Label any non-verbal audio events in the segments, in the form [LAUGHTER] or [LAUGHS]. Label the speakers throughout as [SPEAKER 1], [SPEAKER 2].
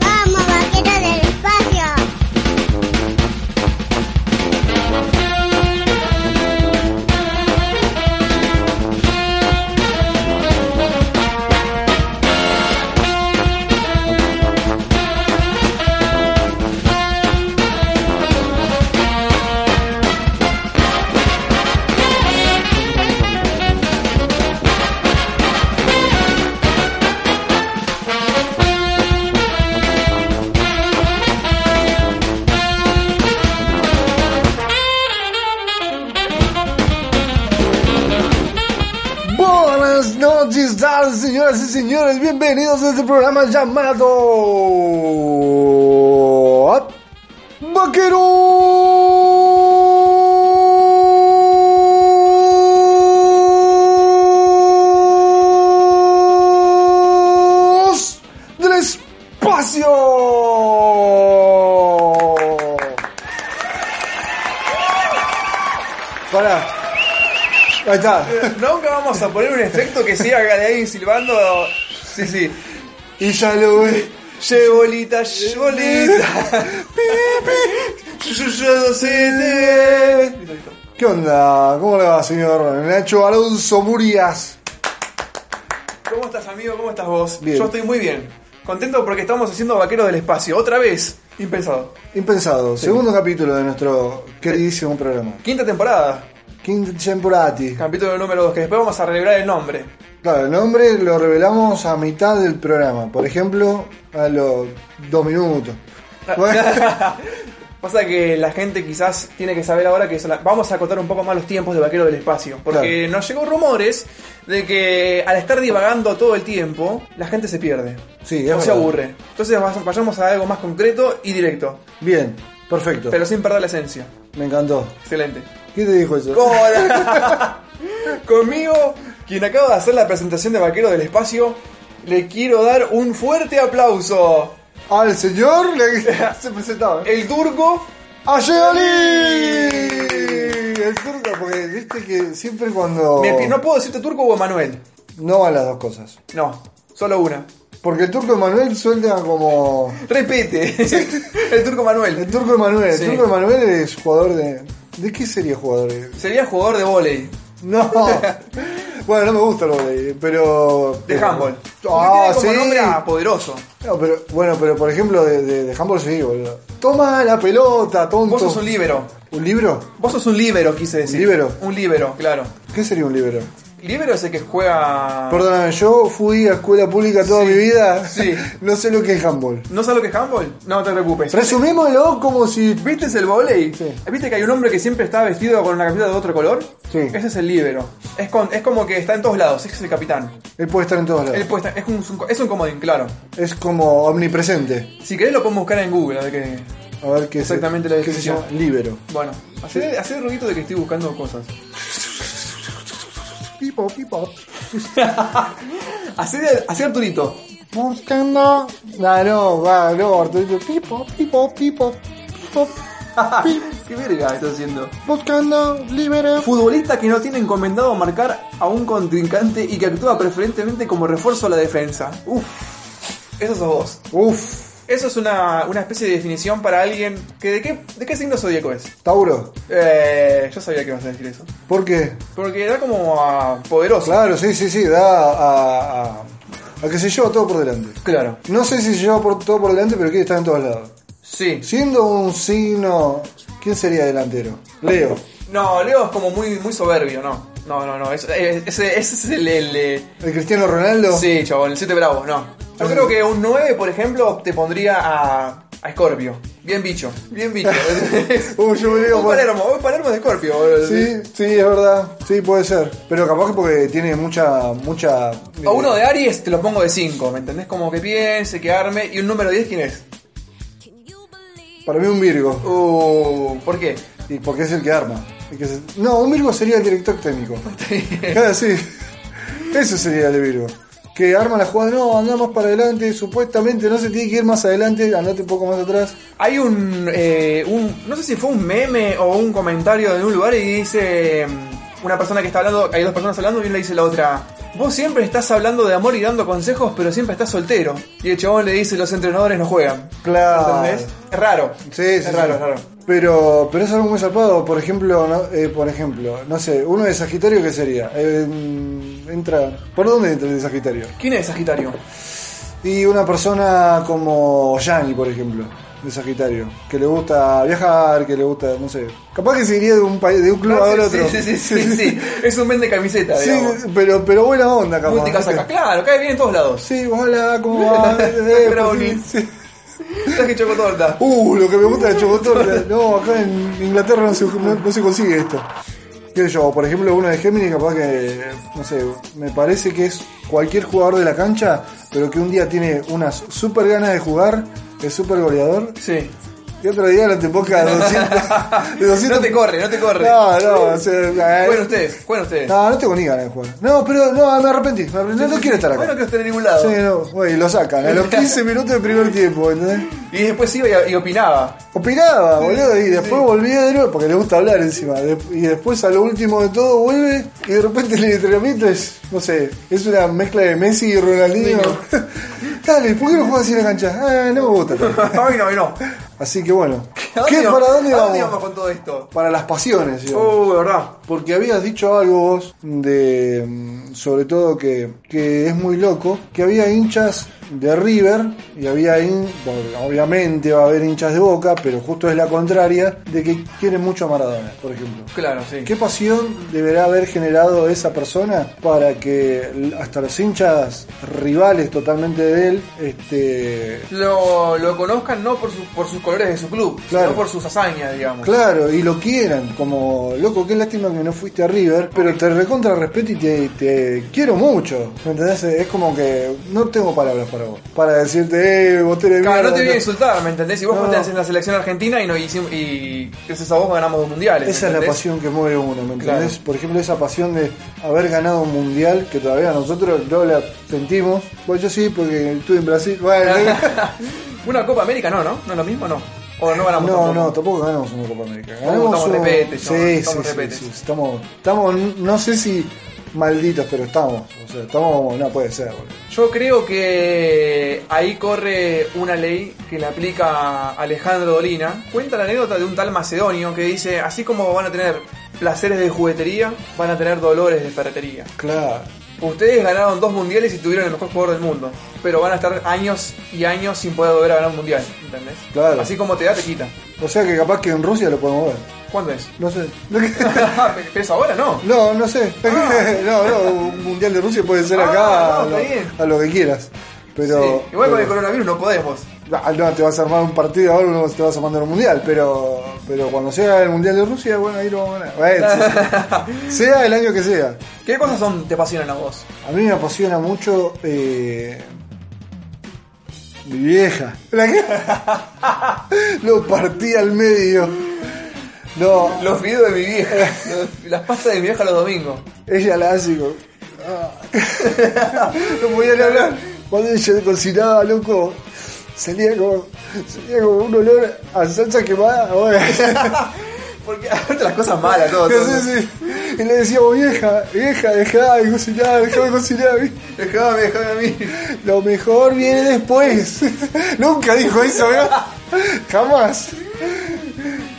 [SPEAKER 1] ¡Vamos, vaquero del espacio!
[SPEAKER 2] Buenas noches, tardes, señoras y señores. Bienvenidos a este programa llamado. Vaqueros del Espacio. Para. Ahí está.
[SPEAKER 3] [LAUGHS] Nunca vamos a poner un efecto que sea de alguien silbando. Sí, sí.
[SPEAKER 2] Y ya lo ve.
[SPEAKER 3] Ye bolita, ye [LAUGHS] bolita. Yo, yo, yo, no sé de-
[SPEAKER 2] ¿Qué onda? ¿Cómo le va, señor Nacho Alonso Murias?
[SPEAKER 3] ¿Cómo estás, amigo? ¿Cómo estás vos?
[SPEAKER 2] Bien.
[SPEAKER 3] Yo estoy muy bien. Contento porque estamos haciendo Vaqueros del Espacio. Otra vez. Impensado.
[SPEAKER 2] Impensado, segundo capítulo de nuestro queridísimo programa.
[SPEAKER 3] Quinta temporada.
[SPEAKER 2] Quinta temporada.
[SPEAKER 3] Capítulo número 2. Que después vamos a revelar el nombre.
[SPEAKER 2] Claro, el nombre lo revelamos a mitad del programa. Por ejemplo, a los dos minutos.
[SPEAKER 3] Ah,
[SPEAKER 2] Bueno,
[SPEAKER 3] [LAUGHS] Pasa que la gente quizás tiene que saber ahora que son la- vamos a acotar un poco más los tiempos de Vaquero del Espacio. Porque nos llegó rumores de que al estar divagando todo el tiempo, la gente se pierde.
[SPEAKER 2] Sí,
[SPEAKER 3] O
[SPEAKER 2] es
[SPEAKER 3] se
[SPEAKER 2] verdad.
[SPEAKER 3] aburre. Entonces vas- vayamos a algo más concreto y directo.
[SPEAKER 2] bien, perfecto.
[SPEAKER 3] Pero sin perder la esencia.
[SPEAKER 2] Me encantó.
[SPEAKER 3] Excelente.
[SPEAKER 2] ¿Qué te dijo eso?
[SPEAKER 3] Hola. [LAUGHS] Conmigo, quien acaba de hacer la presentación de Vaquero del Espacio, le quiero dar un fuerte aplauso.
[SPEAKER 2] Al
[SPEAKER 3] [LAUGHS]
[SPEAKER 2] señor le... se presentaba.
[SPEAKER 3] El turco
[SPEAKER 2] ¡Ayoli! El turco, porque viste que siempre cuando.
[SPEAKER 3] Me pi- no puedo decirte turco o Emanuel.
[SPEAKER 2] No van las dos cosas.
[SPEAKER 3] No, solo una.
[SPEAKER 2] Porque el turco Emanuel suelta como.
[SPEAKER 3] Repite. [LAUGHS] El turco
[SPEAKER 2] El
[SPEAKER 3] Manuel.
[SPEAKER 2] turco Emanuel.
[SPEAKER 3] Sí.
[SPEAKER 2] El turco Emanuel es jugador de. ¿De qué sería jugador?
[SPEAKER 3] Sería jugador de volei. [LAUGHS]
[SPEAKER 2] No. bueno, no me gusta el volei, pero.
[SPEAKER 3] De handball.
[SPEAKER 2] Ah,
[SPEAKER 3] Porque tiene como
[SPEAKER 2] sí.
[SPEAKER 3] nombre a poderoso.
[SPEAKER 2] No, pero, bueno, pero por ejemplo, de, de, de handball sí, boludo. Toma la pelota, tonto.
[SPEAKER 3] Vos sos un líbero.
[SPEAKER 2] ¿Un libro?
[SPEAKER 3] Vos sos un líbero, quise decir.
[SPEAKER 2] líbero?
[SPEAKER 3] Un líbero, claro.
[SPEAKER 2] ¿Qué sería un libro?
[SPEAKER 3] Líbero es el que juega...
[SPEAKER 2] Perdóname, yo fui a escuela pública toda
[SPEAKER 3] Sí,
[SPEAKER 2] mi vida.
[SPEAKER 3] sí.
[SPEAKER 2] [LAUGHS] no sé lo que es handball.
[SPEAKER 3] ¿No sabes lo que es handball? No te preocupes.
[SPEAKER 2] Resumémoslo como si.
[SPEAKER 3] ¿Viste el volei?
[SPEAKER 2] Sí.
[SPEAKER 3] ¿Viste que hay un hombre que siempre está vestido con una camiseta de otro color?
[SPEAKER 2] Sí.
[SPEAKER 3] Ese es el líbero. Es, con- es como que está en todos lados, ese es el capitán.
[SPEAKER 2] Él puede estar en todos lados.
[SPEAKER 3] Él puede estar- es, un, es un comodín, claro.
[SPEAKER 2] Es como omnipresente.
[SPEAKER 3] Si querés lo podemos buscar en Google, a ver qué...
[SPEAKER 2] A ver qué es.
[SPEAKER 3] Exactamente la
[SPEAKER 2] qué se
[SPEAKER 3] definición.
[SPEAKER 2] llama. Libero.
[SPEAKER 3] Bueno, hacer, hacer ruido de que estoy buscando cosas. [LAUGHS]
[SPEAKER 2] Pipo, pipo.
[SPEAKER 3] Hacer, hacer Arturito. [LAUGHS]
[SPEAKER 2] Buscando. Ah, no, va, no, Arturito. Pipo, pipo, pipo. Pipo. Pip.
[SPEAKER 3] ¿Qué verga estás haciendo?
[SPEAKER 2] Buscando, libero.
[SPEAKER 3] Futbolista que no tiene encomendado marcar a un contrincante y que actúa preferentemente como refuerzo a la defensa. Uf, eso sos vos.
[SPEAKER 2] Uf,
[SPEAKER 3] Eso es una, una especie de definición para alguien que de qué, de qué signo zodíaco es.
[SPEAKER 2] Tauro.
[SPEAKER 3] Eh, yo sabía que ibas a decir eso.
[SPEAKER 2] ¿Por qué?
[SPEAKER 3] Porque da como a poderoso.
[SPEAKER 2] Claro, sí, sí, sí, da a. a, a que se lleva todo por delante.
[SPEAKER 3] Claro.
[SPEAKER 2] No sé si se lleva por, todo por delante, pero quiere estar en todos lados.
[SPEAKER 3] Sí.
[SPEAKER 2] Siendo un signo. ¿Quién sería delantero? Leo.
[SPEAKER 3] No, Leo es como muy, muy soberbio, no. No, no, no. es- es- Ese, ese es el- el, eh,
[SPEAKER 2] ¿El Cristiano Ronaldo?
[SPEAKER 3] Sí, chabón, el 7 bravo, no. Yo creo que un 9, por ejemplo, te pondría a, a Scorpio. Bien bicho, bien bicho.
[SPEAKER 2] [LAUGHS] Uy, yo me digo,
[SPEAKER 3] un Palermo, un Palermo de Scorpio. boludo.
[SPEAKER 2] Sí, sí, es verdad. Sí, puede ser. Pero capaz que porque tiene mucha, mucha. eh,
[SPEAKER 3] A uno de Aries te lo pongo de 5, ¿me entendés? Como que piense, que arme. ¿Y un número 10 quién es?
[SPEAKER 2] Para mí un Virgo.
[SPEAKER 3] Uh, ¿Por qué?
[SPEAKER 2] Y porque es el que arma. El que se-
[SPEAKER 3] [LAUGHS]
[SPEAKER 2] No, un Virgo Ah, sería el director técnico. Claro, sí. Eso sería el de Virgo. que arma la jugada, no, anda más para adelante, supuestamente no se tiene que ir más adelante, andate un poco más atrás.
[SPEAKER 3] Hay un, eh, un- No sé si fue un meme o un comentario de un lugar y dice. mm, Una persona que está hablando, hay dos personas hablando y una le dice a la otra. Vos siempre estás hablando de amor y dando consejos, pero siempre estás soltero. Y el chabón le dice: Los entrenadores no juegan.
[SPEAKER 2] Claro.
[SPEAKER 3] ¿Entendés? Es raro.
[SPEAKER 2] Sí, sí,
[SPEAKER 3] Es raro,
[SPEAKER 2] sí.
[SPEAKER 3] es raro.
[SPEAKER 2] Pero, pero es algo muy zarpado, por ejemplo, no, eh, por ejemplo, no sé, uno de Sagitario, ¿qué sería? Eh, entra, ¿por dónde entra el de Sagitario?
[SPEAKER 3] ¿Quién es Sagitario?
[SPEAKER 2] Y una persona como Yanni, por ejemplo, de Sagitario, que le gusta viajar, que le gusta, no sé. Capaz que se iría de un país, de un club a
[SPEAKER 3] Ah, sí,
[SPEAKER 2] otro.
[SPEAKER 3] sí, sí, sí, sí, sí. Es un vende
[SPEAKER 2] [LAUGHS]
[SPEAKER 3] camiseta,
[SPEAKER 2] Sí,
[SPEAKER 3] digamos.
[SPEAKER 2] pero, pero buena onda, capaz.
[SPEAKER 3] Multicasaca.
[SPEAKER 2] ¿viste?
[SPEAKER 3] Claro, cae bien en todos lados.
[SPEAKER 2] Sí, hola, ¿cómo
[SPEAKER 3] [LAUGHS]
[SPEAKER 2] va? Eh,
[SPEAKER 3] Brownie.
[SPEAKER 2] pues, sí, sí.
[SPEAKER 3] Traje chocotorta.
[SPEAKER 2] Uh, lo que me gusta de chocotorta. No, acá en Inglaterra no se, no- no se consigue esto. ¿Qué sé yo? Por ejemplo, uno de Géminis, capaz que, no sé, me parece que es cualquier jugador de la cancha, pero que un día tiene unas super ganas de jugar, es súper goleador,
[SPEAKER 3] Sí.
[SPEAKER 2] y otro día la te poca de
[SPEAKER 3] [LAUGHS]
[SPEAKER 2] 200. de 200
[SPEAKER 3] No te corre, no te corre.
[SPEAKER 2] No, no, o sea, eh,
[SPEAKER 3] Bueno ustedes, bueno ustedes.
[SPEAKER 2] No, no tengo ni ganas de jugar. No, pero no, me arrepentí, me arrepentí, no, no quiero estar acá.
[SPEAKER 3] Bueno, que esté en ningún lado.
[SPEAKER 2] Sí, no, güey, lo sacan
[SPEAKER 3] [LAUGHS]
[SPEAKER 2] a los 15 minutos del primer tiempo, ¿entendés?
[SPEAKER 3] Y después iba y,
[SPEAKER 2] [LAUGHS]
[SPEAKER 3] y opinaba.
[SPEAKER 2] Opinaba, boludo, y
[SPEAKER 3] sí,
[SPEAKER 2] después
[SPEAKER 3] sí.
[SPEAKER 2] volvía de nuevo, porque le gusta hablar encima. de- y después a lo último de todo vuelve y de repente el entrenamiento es, no sé, es una mezcla de Messi y Ronaldinho. [LAUGHS] Dale, ¿por qué no juegas así en la cancha? Ah, no me gusta. tanto.
[SPEAKER 3] [LAUGHS] Ay, no, ay, no.
[SPEAKER 2] Así que bueno.
[SPEAKER 3] ¿A
[SPEAKER 2] ¿Qué,
[SPEAKER 3] vamos?
[SPEAKER 2] ¿Para dónde
[SPEAKER 3] ¿A
[SPEAKER 2] vamos?
[SPEAKER 3] con todo esto?
[SPEAKER 2] Para las pasiones, digamos.
[SPEAKER 3] Uh, de verdad.
[SPEAKER 2] Porque habías dicho algo vos de, mm, sobre todo que, que es muy loco, que había hinchas de River y había, hin- bueno, obviamente va a haber hinchas de Boca, pero justo es la contraria, de que quieren mucho a Maradona, por ejemplo.
[SPEAKER 3] Claro, sí.
[SPEAKER 2] ¿Qué pasión deberá haber generado esa persona para que l- hasta los hinchas rivales totalmente de él, este...
[SPEAKER 3] Lo, lo conozcan no por, su- por sus colores de su club,
[SPEAKER 2] Claro.
[SPEAKER 3] sino por sus hazañas, digamos.
[SPEAKER 2] Claro, y lo quieran, como loco, qué lástima que no fuiste a River, pero te recontra respeto y te, te quiero mucho. ¿Me entendés? Es como que no tengo palabras para vos. Para decirte, eh, vos tenés
[SPEAKER 3] Claro,
[SPEAKER 2] mierda,
[SPEAKER 3] no te voy a
[SPEAKER 2] no.
[SPEAKER 3] insultar, ¿me entendés? Si vos
[SPEAKER 2] No.
[SPEAKER 3] votaste en la selección argentina y, no hicimos, y gracias a vos ganamos dos mundiales. ¿me
[SPEAKER 2] Esa es la
[SPEAKER 3] entendés?
[SPEAKER 2] pasión que mueve uno, ¿me
[SPEAKER 3] Claro.
[SPEAKER 2] entendés? Por ejemplo, esa pasión de haber ganado un mundial que todavía nosotros no la sentimos. Pues yo sí, porque estuve en Brasil. Bueno,
[SPEAKER 3] [LAUGHS] Una Copa América no, ¿no? ¿No es lo mismo? No. O no ganamos
[SPEAKER 2] no,
[SPEAKER 3] tampoco.
[SPEAKER 2] no, tampoco ganamos una Copa América.
[SPEAKER 3] Estamos-
[SPEAKER 2] Ganamos
[SPEAKER 3] estamos
[SPEAKER 2] un-
[SPEAKER 3] repete,
[SPEAKER 2] sí,
[SPEAKER 3] chabón,
[SPEAKER 2] sí,
[SPEAKER 3] estamos
[SPEAKER 2] sí,
[SPEAKER 3] repete.
[SPEAKER 2] sí, estamos, estamos, no sé si malditos, pero estamos. O sea, estamos, no puede ser, boludo.
[SPEAKER 3] Yo creo que ahí corre una ley que le aplica Alejandro Dolina. Cuenta la anécdota de un tal macedonio que dice, así como van a tener placeres de juguetería, van a tener dolores de ferretería.
[SPEAKER 2] Claro.
[SPEAKER 3] Ustedes ganaron dos mundiales y tuvieron el mejor jugador del mundo, pero van a estar años y años sin poder volver a ganar un mundial, ¿entendés?
[SPEAKER 2] Claro.
[SPEAKER 3] Así como te da, te quita.
[SPEAKER 2] O sea que capaz que en Rusia lo podemos ver.
[SPEAKER 3] ¿Cuándo es? [LAUGHS]
[SPEAKER 2] No sé. [LAUGHS]
[SPEAKER 3] ¿Pero es ahora? No.
[SPEAKER 2] No, no sé. [LAUGHS] No, no, un mundial de Rusia puede ser
[SPEAKER 3] Ah,
[SPEAKER 2] acá
[SPEAKER 3] no,
[SPEAKER 2] a,
[SPEAKER 3] está
[SPEAKER 2] lo,
[SPEAKER 3] bien.
[SPEAKER 2] a lo que quieras. Pero.
[SPEAKER 3] Sí. Igual con el
[SPEAKER 2] pero-
[SPEAKER 3] coronavirus no podemos.
[SPEAKER 2] Ah, no, te vas a armar un partido ahora, no te vas a mandar un mundial, pero pero cuando sea el mundial de Rusia, bueno, ahí lo vamos a ganar. Bueno,
[SPEAKER 3] [LAUGHS]
[SPEAKER 2] sí. sea el año que sea.
[SPEAKER 3] ¿Qué cosas son te apasionan a vos?
[SPEAKER 2] A mí me apasiona mucho eh, mi vieja. La que- [LAUGHS] lo partí al medio. No,
[SPEAKER 3] Los videos de mi vieja, [LAUGHS] los- las pastas de mi vieja los domingos.
[SPEAKER 2] ella la hace con... Ah. [LAUGHS] no podía ni hablar. Cuando ella cocinaba, loco, salía como, salía como un olor a salsa quemada. bueno. [LAUGHS]
[SPEAKER 3] Porque [LAUGHS] aparte las cosas malas, todo. todo.
[SPEAKER 2] Sí, sí. Y le decíamos, vieja, vieja, dejá de cocinar, dejá de cocinar.
[SPEAKER 3] Dejame, dejame a mí.
[SPEAKER 2] Lo mejor viene después. [LAUGHS] Nunca dijo eso, ¿verdad? Jamás.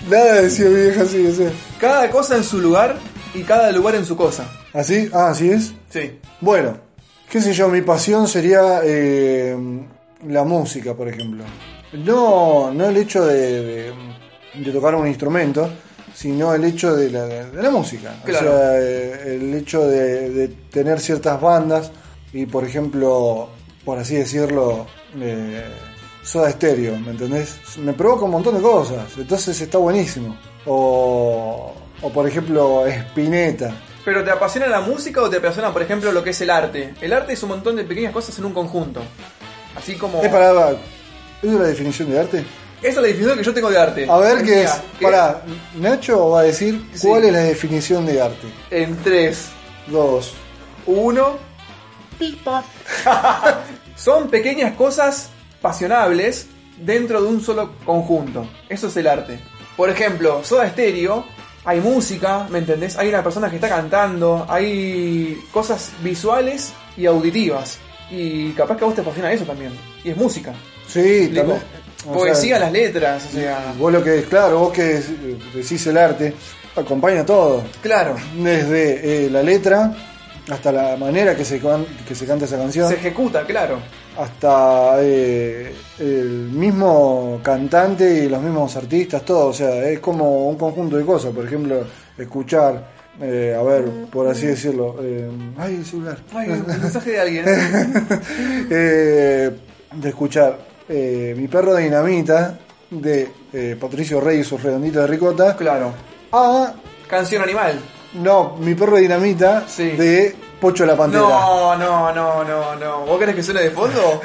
[SPEAKER 2] Nada decía mi vieja así, o sea.
[SPEAKER 3] Cada cosa en su lugar y cada lugar en su cosa.
[SPEAKER 2] ¿Así? Ah, así es.
[SPEAKER 3] Sí.
[SPEAKER 2] Bueno, qué sé yo, mi pasión sería eh, la música, por ejemplo. No, no el hecho de, de- de tocar un instrumento, sino el hecho de la, de la música.
[SPEAKER 3] Claro.
[SPEAKER 2] O sea, eh, el hecho de, de tener ciertas bandas y, por ejemplo, por así decirlo, eh, Soda Stereo, ¿me entendés? Me provoca un montón de cosas, entonces está buenísimo. O, o por ejemplo, Spinetta.
[SPEAKER 3] Pero ¿te apasiona la música o te apasiona, por ejemplo, lo que es el arte? El arte es un montón de pequeñas cosas en un conjunto. Así como...
[SPEAKER 2] Es para. ¿Es la definición de arte?
[SPEAKER 3] Esa es la definición que yo tengo de arte.
[SPEAKER 2] A ver qué es.
[SPEAKER 3] Mira, que
[SPEAKER 2] Pará, Nacho va a decir
[SPEAKER 3] Sí.
[SPEAKER 2] cuál es la definición de arte.
[SPEAKER 3] En 3,
[SPEAKER 2] Dos.
[SPEAKER 3] 1...
[SPEAKER 1] pipas.
[SPEAKER 3] [LAUGHS] Son pequeñas cosas pasionables dentro de un solo conjunto. Eso es el arte. Por ejemplo, Soda Stereo, hay música, ¿me entendés? Hay una persona que está cantando, hay cosas visuales y auditivas. Y capaz que a vos te apasiona eso también. Y es música.
[SPEAKER 2] Sí,
[SPEAKER 3] Explico.
[SPEAKER 2] también. o
[SPEAKER 3] Poesía,
[SPEAKER 2] sea,
[SPEAKER 3] las letras, o sea...
[SPEAKER 2] Vos lo que, claro, vos que decís el arte, acompaña todo.
[SPEAKER 3] Claro,
[SPEAKER 2] Desde eh, la letra hasta la manera que se, can- que se canta esa canción.
[SPEAKER 3] se ejecuta, claro.
[SPEAKER 2] hasta eh, el mismo cantante y los mismos artistas, todo, o sea, es como un conjunto de cosas, por ejemplo, escuchar, eh, a ver, por así decirlo, eh, ay, el celular,
[SPEAKER 3] Ay, un mensaje de alguien.
[SPEAKER 2] [LAUGHS] Eh, de escuchar eh, Mi perro dinamita de eh, Patricio Rey y sus redonditos de ricota,
[SPEAKER 3] Claro.
[SPEAKER 2] a,
[SPEAKER 3] Canción animal.
[SPEAKER 2] no, Mi perro dinamita
[SPEAKER 3] Sí.
[SPEAKER 2] de Pocho la Pantera.
[SPEAKER 3] No, no, no, no, no. ¿Vos querés que suene
[SPEAKER 2] [LAUGHS]
[SPEAKER 3] de fondo?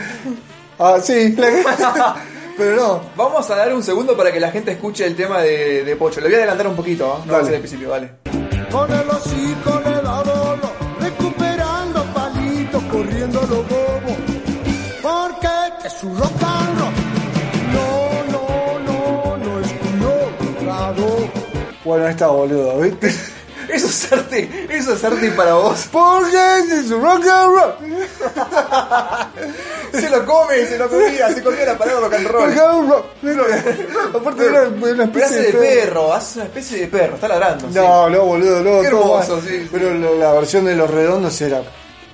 [SPEAKER 2] Ah, sí, [LAUGHS] la- pero no.
[SPEAKER 3] Vamos a dar un segundo para que la gente escuche el tema de, de Pocho. Lo voy a adelantar un poquito, ¿ah? no va a
[SPEAKER 2] Dale.
[SPEAKER 3] ser el principio, vale.
[SPEAKER 4] con el hocico en el adorno, recuperando palitos, corriendo los bobos, porque este es un rock and roll. No, no, no, no es un rock and roll.
[SPEAKER 2] Bueno, ahí está, boludo,
[SPEAKER 4] [LAUGHS]
[SPEAKER 2] ¿viste?
[SPEAKER 3] Eso es arte, eso es arte para vos.
[SPEAKER 2] Porque es rock and roll.
[SPEAKER 3] Se lo come, se lo comía, se comía la palabra rock and roll.
[SPEAKER 2] Rock and roll. Aparte de una, una especie
[SPEAKER 3] Pero hace de perro, hace una especie de perro, está ladrando. sí.
[SPEAKER 2] No, no, boludo, no.
[SPEAKER 3] Qué
[SPEAKER 2] todo
[SPEAKER 3] hermoso,
[SPEAKER 2] mal.
[SPEAKER 3] sí, sí.
[SPEAKER 2] Pero la, la versión de Los Redondos era,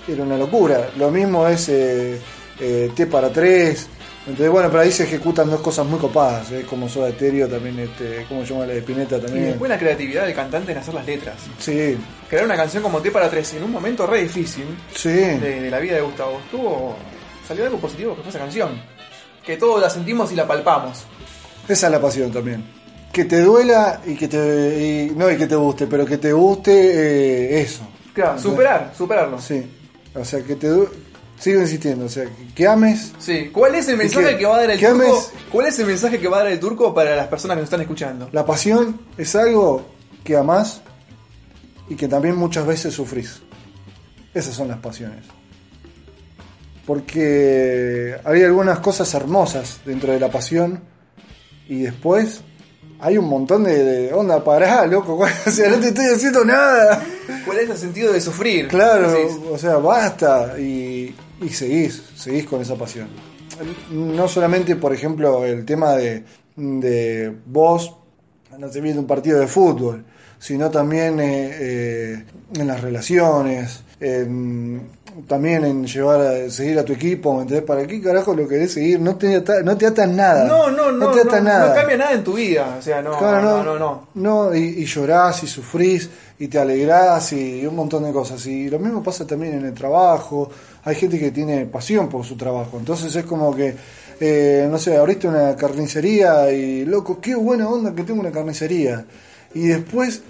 [SPEAKER 2] era una locura. Lo mismo es eh, eh, T para tres. Entonces, bueno, pero ahí se ejecutan dos cosas muy copadas, eh, como Soda Stereo también, este, ¿cómo se llama la de Spinetta
[SPEAKER 3] Y
[SPEAKER 2] también?
[SPEAKER 3] después la creatividad del cantante en hacer las letras.
[SPEAKER 2] Sí,
[SPEAKER 3] Crear una canción como T para tres en un momento re difícil
[SPEAKER 2] sí.
[SPEAKER 3] de, de la vida de Gustavo. Tuvo, salió algo positivo que fue esa canción. Que todos la sentimos y la palpamos.
[SPEAKER 2] Esa es la pasión también. Que te duela y que te. y- no, y que te guste, pero que te guste eh, eso.
[SPEAKER 3] Claro, superar, superarlo.
[SPEAKER 2] Sí, o sea que te du- sigo insistiendo, o sea que, que ames.
[SPEAKER 3] Sí, ¿cuál es el mensaje
[SPEAKER 2] qué?
[SPEAKER 3] que va a dar el
[SPEAKER 2] ¿Qué
[SPEAKER 3] turco?
[SPEAKER 2] ames?
[SPEAKER 3] ¿Cuál es el mensaje que va a dar el turco para las personas que nos están escuchando?
[SPEAKER 2] La pasión es algo que amás y que también muchas veces sufrís. Esas son las pasiones. Porque hay algunas cosas hermosas dentro de la pasión y después hay un montón de, de- onda, pará, loco, [LAUGHS] o sea, no te estoy haciendo nada.
[SPEAKER 3] ¿Cuál es el sentido de sufrir?
[SPEAKER 2] Claro,
[SPEAKER 3] Decís,
[SPEAKER 2] o sea, basta y, y seguís, seguís con esa pasión. No solamente, por ejemplo, el tema de, de vos, no sé, viendo un partido de fútbol, sino también eh, eh, en las relaciones, en- también en llevar a seguir a tu equipo, ¿me entendés? ¿Para qué carajo lo querés seguir? No te, ata- no te atas nada.
[SPEAKER 3] No, no, no, no,
[SPEAKER 2] te atas
[SPEAKER 3] no
[SPEAKER 2] nada.
[SPEAKER 3] cambia nada en tu vida. O sea, no,
[SPEAKER 2] Claro,
[SPEAKER 3] no, no, no.
[SPEAKER 2] No, y, y llorás y sufrís y te alegrás y un montón de cosas. Y lo mismo pasa también en el trabajo. Hay gente que tiene pasión por su trabajo. Entonces es como que, eh, no sé, abriste una carnicería y loco, qué buena onda que tengo una carnicería. Y después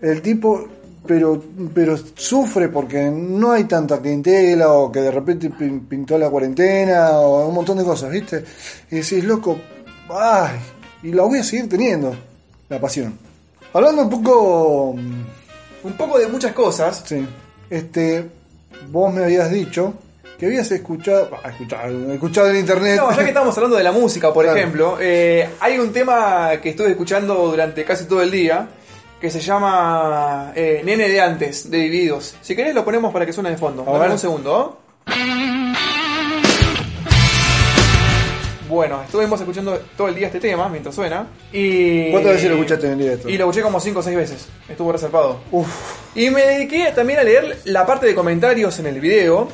[SPEAKER 2] el tipo... Pero, pero sufre porque no hay tanta clientela o que de repente pin- pintó la cuarentena o un montón de cosas, ¿viste? Y decís, loco, ay, y la voy a seguir teniendo la pasión. Hablando un poco, mm,
[SPEAKER 3] Un poco de muchas cosas.
[SPEAKER 2] sí, este, vos me habías dicho que habías escuchado, ah, escuchado, escuchado en internet.
[SPEAKER 3] No, ya que estamos hablando de la música, por
[SPEAKER 2] Claro.
[SPEAKER 3] ejemplo, eh, hay un tema que estuve escuchando durante casi todo el día que se llama eh, Nene de antes, de Divididos. Si querés lo ponemos para que suene de fondo. Dame
[SPEAKER 2] ver.
[SPEAKER 3] un segundo. ¿oh? Bueno, estuvimos escuchando todo el día este tema mientras suena. Y...
[SPEAKER 2] ¿Cuántas veces lo escuchaste en el directo?
[SPEAKER 3] Y lo escuché como 5 o 6 veces. Estuvo reservado.
[SPEAKER 2] Uf,
[SPEAKER 3] Y me dediqué también a leer la parte de comentarios en el video.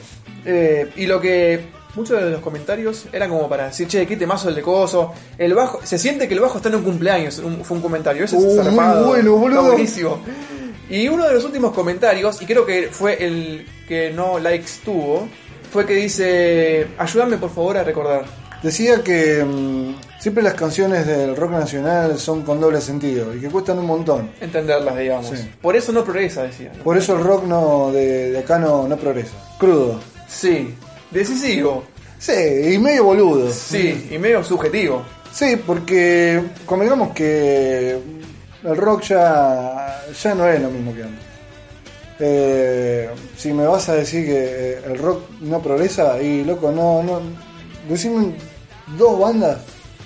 [SPEAKER 3] eh, y lo que. Muchos de los comentarios eran como para decir, che, qué temazo el de coso. El bajo. Se siente que el bajo está en un cumpleaños. un- fue un comentario. Eso
[SPEAKER 2] Uh,
[SPEAKER 3] es
[SPEAKER 2] muy
[SPEAKER 3] zarpado,
[SPEAKER 2] bueno,
[SPEAKER 3] está
[SPEAKER 2] boludo.
[SPEAKER 3] buenísimo. Y uno de los últimos comentarios, y creo que fue el que no likes tuvo, fue que dice. Ayúdame por favor a recordar.
[SPEAKER 2] decía que mm, siempre las canciones del rock nacional son con doble sentido y que cuestan un montón.
[SPEAKER 3] Entenderlas, digamos.
[SPEAKER 2] Sí.
[SPEAKER 3] Por eso no progresa, decía.
[SPEAKER 2] Por eso el rock no de, de acá no, no progresa. Crudo.
[SPEAKER 3] Sí. Decisivo.
[SPEAKER 2] Sí, y medio boludo.
[SPEAKER 3] Sí. Y medio subjetivo.
[SPEAKER 2] Sí, porque convengamos que el rock ya, ya no es lo mismo que antes. eh, si me vas a decir que eh, el rock no progresa, y loco, no, no. Decime dos bandas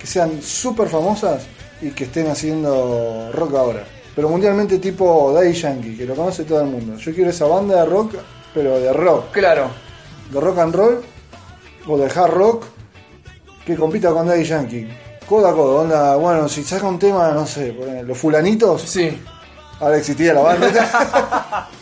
[SPEAKER 2] que sean súper famosas y que estén haciendo rock ahora. Pero mundialmente tipo Daddy Yankee, que lo conoce todo el mundo. Yo quiero esa banda de rock, pero de rock.
[SPEAKER 3] Claro.
[SPEAKER 2] de rock and roll o de hard rock que compita con Daddy Yankee. Codo a codo, onda, bueno, si saca un tema, no sé, ponele, los fulanitos,
[SPEAKER 3] Sí.
[SPEAKER 2] ahora existía la banda.
[SPEAKER 3] [LAUGHS]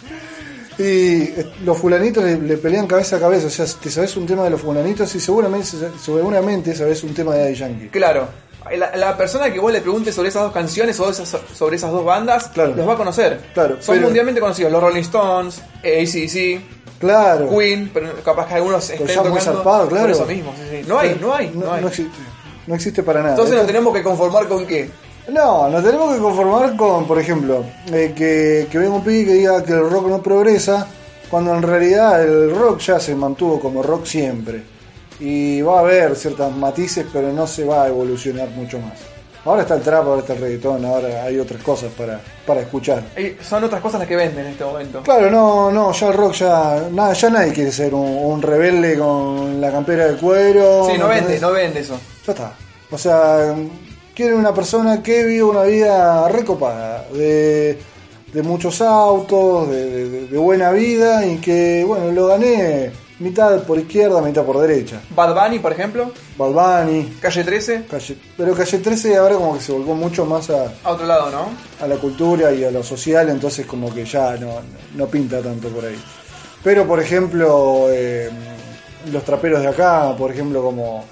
[SPEAKER 2] y eh, los fulanitos le, le pelean cabeza a cabeza, o sea, te sabes un tema de los fulanitos y seguramente, seguramente sabes un tema de Daddy Yankee.
[SPEAKER 3] Claro. La, la persona que vos le preguntes sobre esas dos canciones o esas- sobre esas dos bandas,
[SPEAKER 2] Claro.
[SPEAKER 3] los va a conocer.
[SPEAKER 2] Claro,
[SPEAKER 3] Son
[SPEAKER 2] pero-
[SPEAKER 3] mundialmente conocidos. Los Rolling Stones, eh, ACDC,
[SPEAKER 2] Claro.
[SPEAKER 3] Queen, pero capaz que algunos
[SPEAKER 2] Pero
[SPEAKER 3] estén
[SPEAKER 2] ya muy
[SPEAKER 3] tocando
[SPEAKER 2] zarpado, claro.
[SPEAKER 3] por eso mismo. sí, sí. No hay, no hay, no, hay.
[SPEAKER 2] Eh, No existe, no existe para nada.
[SPEAKER 3] Entonces nos
[SPEAKER 2] Esto-
[SPEAKER 3] tenemos que conformar con qué.
[SPEAKER 2] No, nos tenemos que conformar con, por ejemplo, eh, que, que venga un pibe que diga que el rock no progresa, cuando en realidad el rock ya se mantuvo como rock siempre. Y va a haber ciertos matices, pero no se va a evolucionar mucho más. Ahora está el trap, ahora está el reggaetón, ahora hay otras cosas para, para escuchar.
[SPEAKER 3] Eh, Son otras cosas las que venden en este momento.
[SPEAKER 2] Claro, no, no, ya el rock ya, nada, ya nadie quiere ser un, un rebelde con la campera de cuero.
[SPEAKER 3] sí, no
[SPEAKER 2] ¿me
[SPEAKER 3] vende,
[SPEAKER 2] entendés?
[SPEAKER 3] no vende eso.
[SPEAKER 2] Ya está. O sea, quieren una persona que vive una vida recopada, de, de muchos autos, de, de- de buena vida y que, bueno, lo gané mitad por izquierda, mitad por derecha.
[SPEAKER 3] Bad Bunny, por ejemplo,
[SPEAKER 2] Bad Bunny,
[SPEAKER 3] Calle 13,
[SPEAKER 2] Calle- pero Calle 13 ahora como que se volcó mucho más a,
[SPEAKER 3] a otro lado, ¿no?
[SPEAKER 2] a la cultura y a lo social, entonces como que ya no, no pinta tanto por ahí. Pero por ejemplo, eh, los traperos de acá, por ejemplo, como,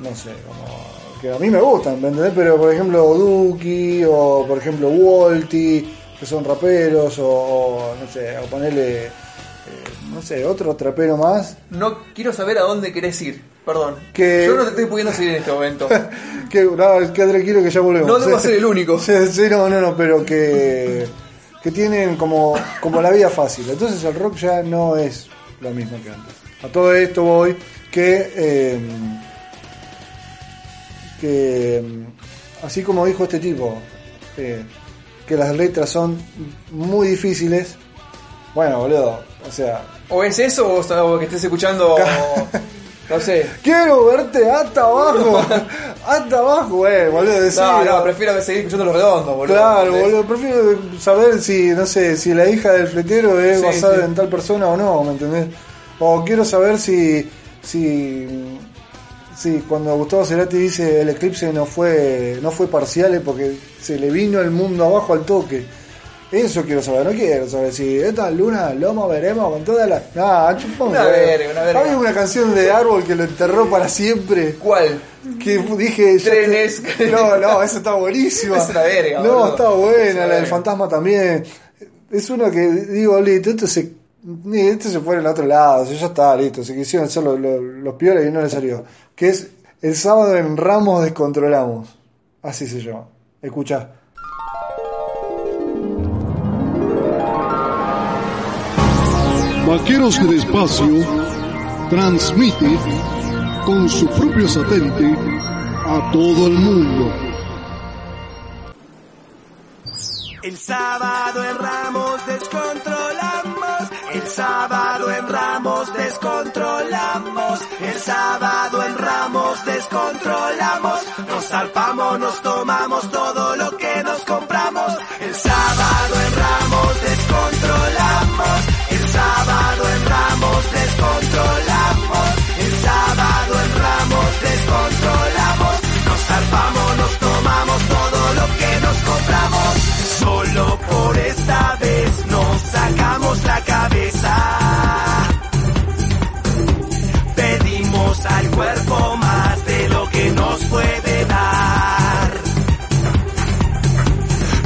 [SPEAKER 2] no sé, como, que a mí me gustan, ¿me entendés? Pero por ejemplo, Duki o por ejemplo Wolti, que son raperos, o, o, no sé, o ponerle, no sé, otro trapero más,
[SPEAKER 3] No quiero saber a dónde querés ir. Perdón.
[SPEAKER 2] Que-
[SPEAKER 3] Yo no te estoy pudiendo seguir en este momento.
[SPEAKER 2] que, no, que tranquilo que ya volvemos.
[SPEAKER 3] No debo ser el
[SPEAKER 2] [LAUGHS]
[SPEAKER 3] único.
[SPEAKER 2] Sí, sí, no, no, no, pero que, que tienen como, como la vida fácil. Entonces el rock ya no es lo mismo que antes. A todo esto voy que, eh, que mm, así como dijo este tipo, eh, que las letras son muy difíciles, bueno, boludo, o sea,
[SPEAKER 3] O es eso o, está- o que estés escuchando... no sé.
[SPEAKER 2] quiero verte hasta abajo, [LAUGHS] hasta abajo, eh, boludo, decir,
[SPEAKER 3] no, no, prefiero seguir escuchando Los Redondos, boludo.
[SPEAKER 2] Claro,
[SPEAKER 3] ¿entendés?
[SPEAKER 2] boludo, prefiero saber si, no sé, si la hija del fletero es
[SPEAKER 3] Sí,
[SPEAKER 2] basada
[SPEAKER 3] sí.
[SPEAKER 2] en tal persona o no, ¿me entendés? O quiero saber si, si, si cuando Gustavo Cerati dice el eclipse no fue, no fue parcial porque se le vino el mundo abajo al toque. Eso quiero saber, no quiero saber si esta luna lo moveremos con todas las... Nah, chupón,
[SPEAKER 3] Una
[SPEAKER 2] huevo.
[SPEAKER 3] verga, una verga.
[SPEAKER 2] Hay una canción de árbol que lo enterró para siempre.
[SPEAKER 3] ¿Cuál?
[SPEAKER 2] Que dije. ya
[SPEAKER 3] Trenes.
[SPEAKER 2] te- [LAUGHS] No, no, esa está buenísima.
[SPEAKER 3] Es una verga,
[SPEAKER 2] No,
[SPEAKER 3] boludo.
[SPEAKER 2] está
[SPEAKER 3] Es una
[SPEAKER 2] buena, la del
[SPEAKER 3] verga.
[SPEAKER 2] fantasma también. Es una que digo, listo, esto se. ni- Esto se fueron a otro lado, o sea, ya está, listo. Se quisieron hacer lo- lo- los piolas y no les salió. Que es El sábado en Ramos descontrolamos. Así se llama. Escucha.
[SPEAKER 5] Vaqueros del Espacio transmite con su propio satélite a todo el mundo.
[SPEAKER 6] El sábado en Ramos descontrolamos, el sábado en Ramos descontrolamos, el sábado en Ramos descontrolamos, nos zarpamos, nos tomamos todo lo que nos compramos, el sábado en Ramos descontrolamos, el sábado en Ramos descontrolamos, el sábado en Ramos descontrolamos, nos zarpamos, nos tomamos todo lo que nos compramos. Solo por esta vez nos sacamos la cabeza. Pedimos al cuerpo más de lo que nos puede dar.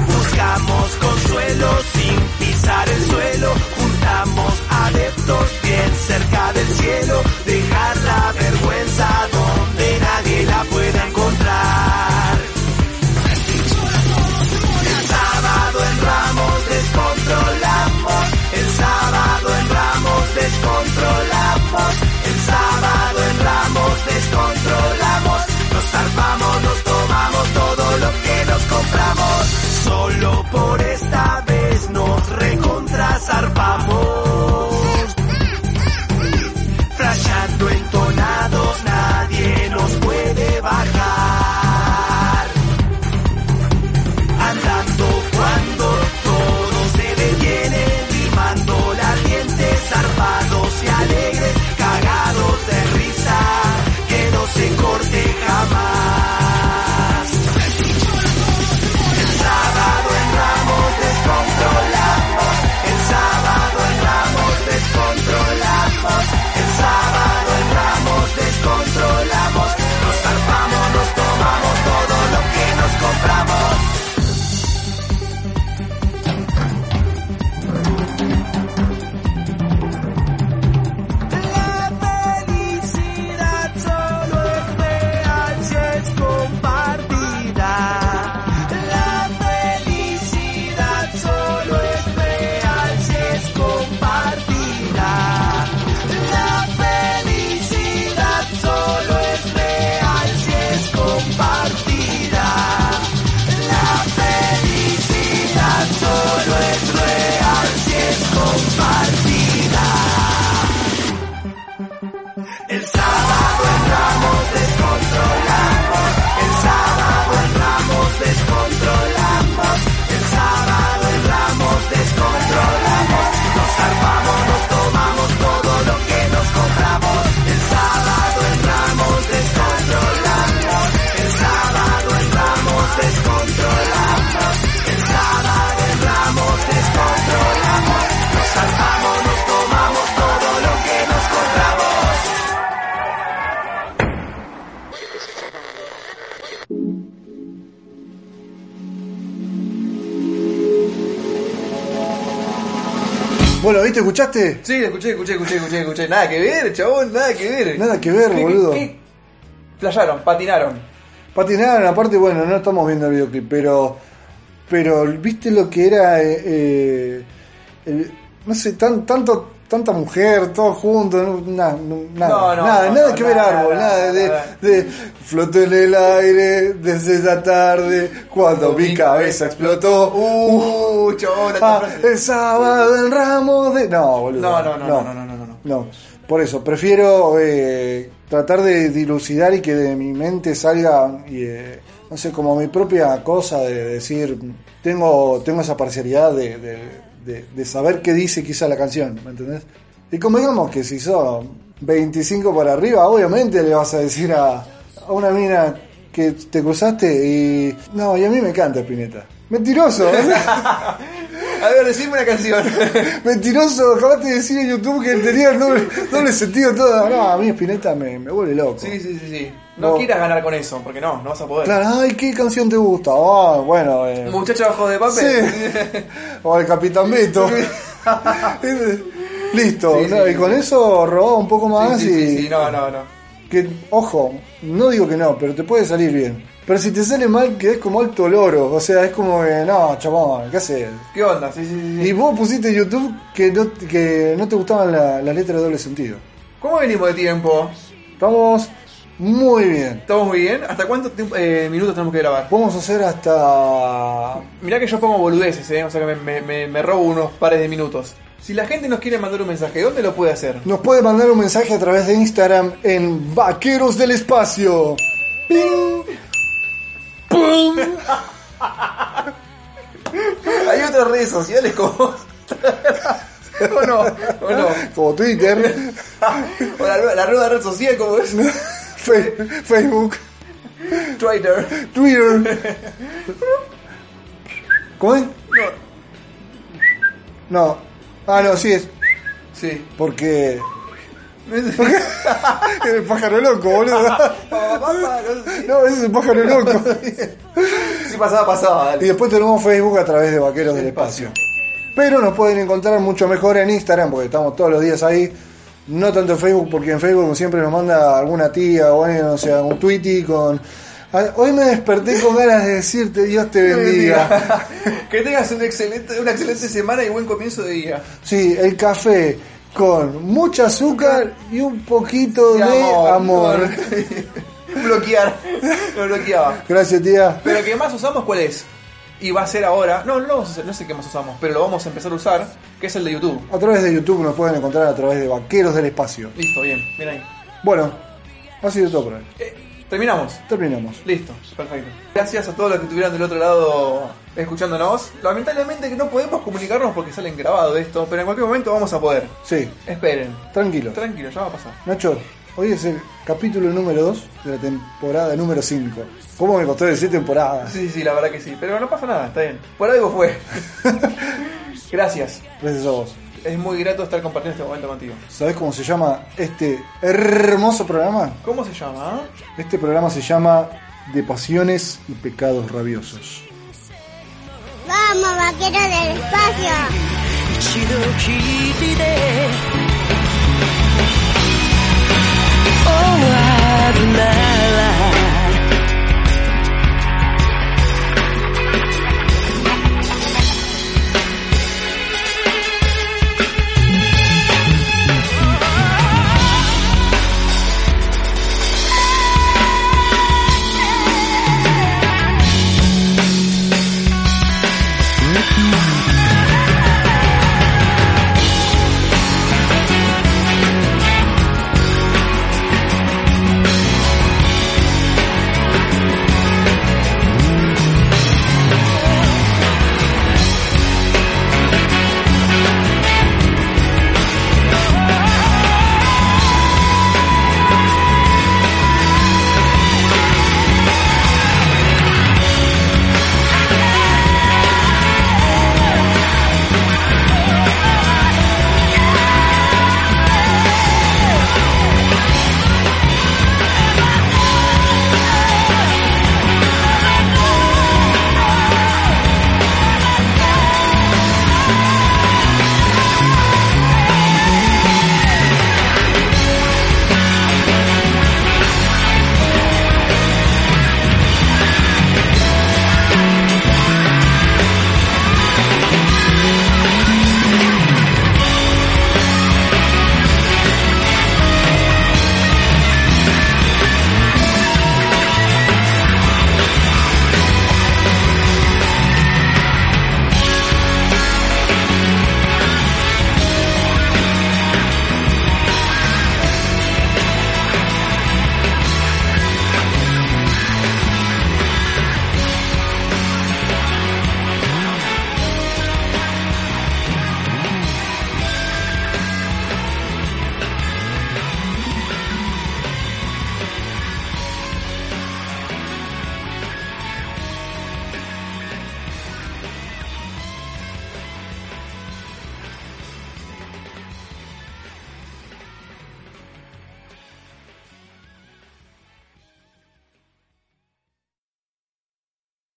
[SPEAKER 6] Buscamos consuelo sin pisar el suelo. Juntamos adeptos bien cerca del cielo. Dejar la vergüenza donde nadie la pueda encontrar. El sábado en Ramos descontrolamos, el sábado en Ramos descontrolamos, el sábado en Ramos descontrolamos.
[SPEAKER 2] ¿Vos lo viste? ¿Escuchaste?
[SPEAKER 3] Sí, escuché, escuché, escuché, escuché, escuché. Nada que ver, chabón, nada que ver.
[SPEAKER 2] Nada que ver,
[SPEAKER 3] ¿Qué-
[SPEAKER 2] boludo.
[SPEAKER 3] qué? Playaron, patinaron.
[SPEAKER 2] Patinaron, aparte, bueno, no estamos viendo el videoclip, pero. Pero, ¿viste lo que era? eh, eh, el- no sé, tan, tanto, tanta mujer, todos juntos, no, na- no- nada,
[SPEAKER 3] No, no,
[SPEAKER 2] nada,
[SPEAKER 3] no,
[SPEAKER 2] nada
[SPEAKER 3] no,
[SPEAKER 2] que ver
[SPEAKER 3] nada,
[SPEAKER 2] árbol,
[SPEAKER 3] nada,
[SPEAKER 2] nada, de,
[SPEAKER 3] nada.
[SPEAKER 2] de floto en el aire desde esa tarde, cuando mi cabeza explotó.
[SPEAKER 3] Uh, chabón, esta
[SPEAKER 2] Ah,
[SPEAKER 3] frase.
[SPEAKER 2] el sábado el ramo de. No, boludo.
[SPEAKER 3] No, no, no, no, no, no, no, no, no.
[SPEAKER 2] No, por eso, prefiero eh, tratar de dilucidar y que de mi mente salga, y, eh, no sé, como mi propia cosa de decir, tengo, tengo esa parcialidad de, de- de- de saber qué dice quizá la canción, ¿me entendés? Y como digamos que si son 25 para arriba, obviamente le vas a decir a, a una mina que te cruzaste y... No, y a mí me encanta Pineta. Mentiroso, ¿eh? ¿verdad?
[SPEAKER 3] A ver, decime una canción.
[SPEAKER 2] Mentiroso, acabaste de decir en YouTube que tenía el doble, doble sentido todo. No, a mí Spinetta me, me vuelve loco.
[SPEAKER 3] [LAUGHS] sí, sí, sí, sí. No,
[SPEAKER 2] No.
[SPEAKER 3] quieras ganar con eso, porque no, no vas a poder.
[SPEAKER 2] Claro, ay, ¿qué canción te gusta? Ah, bueno, eh,
[SPEAKER 3] Muchacho bajo de [LAUGHS] papel.
[SPEAKER 2] Sí. o el Capitán Beto. [LAUGHS] Listo,
[SPEAKER 3] Sí,
[SPEAKER 2] ¿no?
[SPEAKER 3] sí.
[SPEAKER 2] y con eso robaba un poco más
[SPEAKER 3] sí, sí,
[SPEAKER 2] y...
[SPEAKER 3] sí, no, no, no.
[SPEAKER 2] que, ojo, no digo que no, pero te puede salir bien. Pero si te sale mal, que es como alto loro. O sea, es como que, no, chabón, ¿qué haces?
[SPEAKER 3] ¿Qué onda? Sí, sí, sí. sí.
[SPEAKER 2] Y vos pusiste en YouTube que no, que no te gustaban la- las letras de doble sentido.
[SPEAKER 3] ¿Cómo venimos de tiempo?
[SPEAKER 2] Estamos muy bien.
[SPEAKER 3] ¿Estamos bien? ¿Hasta cuántos tiemp- eh, minutos tenemos que grabar?
[SPEAKER 2] Podemos hacer hasta.
[SPEAKER 3] Mirá que yo pongo boludeces, ¿eh? O sea que me, me- me- me robo unos pares de minutos. Si la gente nos quiere mandar un mensaje, ¿dónde lo puede hacer?
[SPEAKER 2] Nos puede mandar un mensaje a través de Instagram en Vaqueros del Espacio. ¡Ping! ¡Pum!
[SPEAKER 3] Hay otras redes sociales como... ¿O no? [LAUGHS] ¿O no?
[SPEAKER 2] Como Twitter,
[SPEAKER 3] [LAUGHS]
[SPEAKER 2] [LAUGHS]
[SPEAKER 3] ¿O la, la nueva red social como es?
[SPEAKER 2] Fe- Facebook,
[SPEAKER 3] [LAUGHS] Twitter.
[SPEAKER 2] Twitter. ¿Cómo es?
[SPEAKER 3] No.
[SPEAKER 2] No. Ah, no, sí es.
[SPEAKER 3] Sí.
[SPEAKER 2] Porque. [LAUGHS] El pájaro loco, boludo.
[SPEAKER 3] Ah, [LAUGHS]
[SPEAKER 2] No, ese es el pájaro loco.
[SPEAKER 3] Si pasaba, pasaba.
[SPEAKER 2] Y
[SPEAKER 3] dale.
[SPEAKER 2] después tenemos Facebook a través de Vaqueros del Espacio. Pero nos pueden encontrar mucho mejor en Instagram, porque estamos todos los días ahí. No tanto en Facebook, porque en Facebook siempre nos manda alguna tía o alguien, o sea, un tweety con... "Ah, Hoy me desperté con ganas de decirte Dios te [LAUGHS] bendiga.
[SPEAKER 3] [LAUGHS] que tengas un excelente, una excelente semana y buen comienzo de día.
[SPEAKER 2] Sí, el café con mucho azúcar y un poquito de [LAUGHS] amor.
[SPEAKER 3] [LAUGHS] Bloquear. Lo bloqueaba.
[SPEAKER 2] Gracias, tía.
[SPEAKER 3] Pero que más usamos, ¿cuál es? Y va a ser ahora. No, no, lo vamos a hacer, no sé qué más usamos, pero lo vamos a empezar a usar, que es el de YouTube.
[SPEAKER 2] A través de YouTube nos pueden encontrar a través de Vaqueros del Espacio.
[SPEAKER 3] Listo, bien, bien ahí.
[SPEAKER 2] Bueno, ha sido todo por hoy.
[SPEAKER 3] Eh, terminamos.
[SPEAKER 2] Terminamos.
[SPEAKER 3] Listo, perfecto. Gracias a todos los que estuvieron del otro lado escuchándonos. Lamentablemente que no podemos comunicarnos porque salen grabado esto, pero en cualquier momento vamos a poder.
[SPEAKER 2] Sí,
[SPEAKER 3] Esperen.
[SPEAKER 2] tranquilo.
[SPEAKER 3] Tranquilo, ya va a pasar.
[SPEAKER 2] Nacho, hoy es el capítulo número 2 de la temporada número 5. ¿Cómo me costó decir temporada?
[SPEAKER 3] Sí, sí, sí, la verdad que sí. Pero no pasa nada, está bien. Por algo fue. [LAUGHS]
[SPEAKER 2] Gracias
[SPEAKER 3] Gracias.
[SPEAKER 2] a Pues vos.
[SPEAKER 3] Es muy grato estar compartiendo este momento contigo.
[SPEAKER 2] ¿Sabés cómo se llama este hermoso programa?
[SPEAKER 3] ¿Cómo se llama? ah?
[SPEAKER 2] Este programa se llama De Pasiones y Pecados Rabiosos.
[SPEAKER 1] Vamos, vaquero del espacio.
[SPEAKER 6] 一度聞いて Oh